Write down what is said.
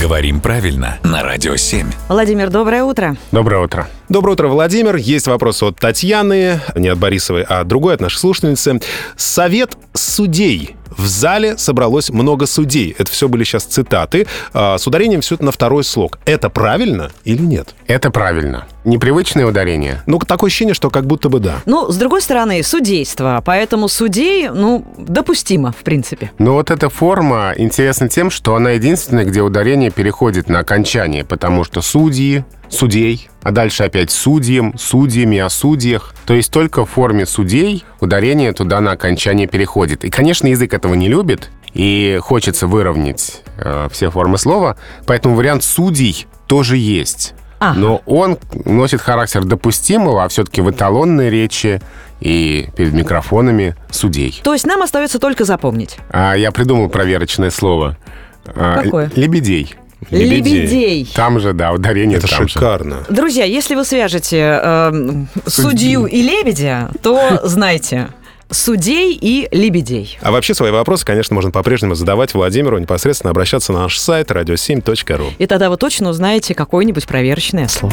Говорим правильно на Радио 7. Владимир, доброе утро. Доброе утро. Доброе утро, Владимир. Есть вопрос от Татьяны, не от Борисовой, а другой, от нашей слушательницы. Совет судей. В зале собралось много судей. Это все были сейчас цитаты. А, С ударением все это на второй слог. Это правильно или нет? Это правильно. Непривычное ударение. Ну, такое ощущение, что как будто бы да. Ну, с другой стороны, судейство, поэтому судей, ну, допустимо, в принципе. Но вот эта форма интересна тем, что она единственная, где ударение переходит на окончание, потому что судьи, судей, а дальше опять судьям, судьями о судьях. То есть только в форме судей ударение туда на окончание переходит. И, конечно, язык этого не любит, и хочется выровнять э, все формы слова, поэтому вариант судей тоже есть. Ага. Но он носит характер допустимого, а все-таки в эталонной речи и перед микрофонами судей. То есть нам остается только запомнить. А я придумал проверочное слово. А, Какое? Лебедей. Лебедей. Там же, да, ударение Это там же. шикарно. Друзья, если вы свяжете эм, судью и лебедя, то знайте, судей и лебедей. А вообще свои вопросы, конечно, можно по-прежнему задавать Владимиру, непосредственно обращаться на наш сайт radio7.ru. И тогда вы точно узнаете какое-нибудь проверочное слово.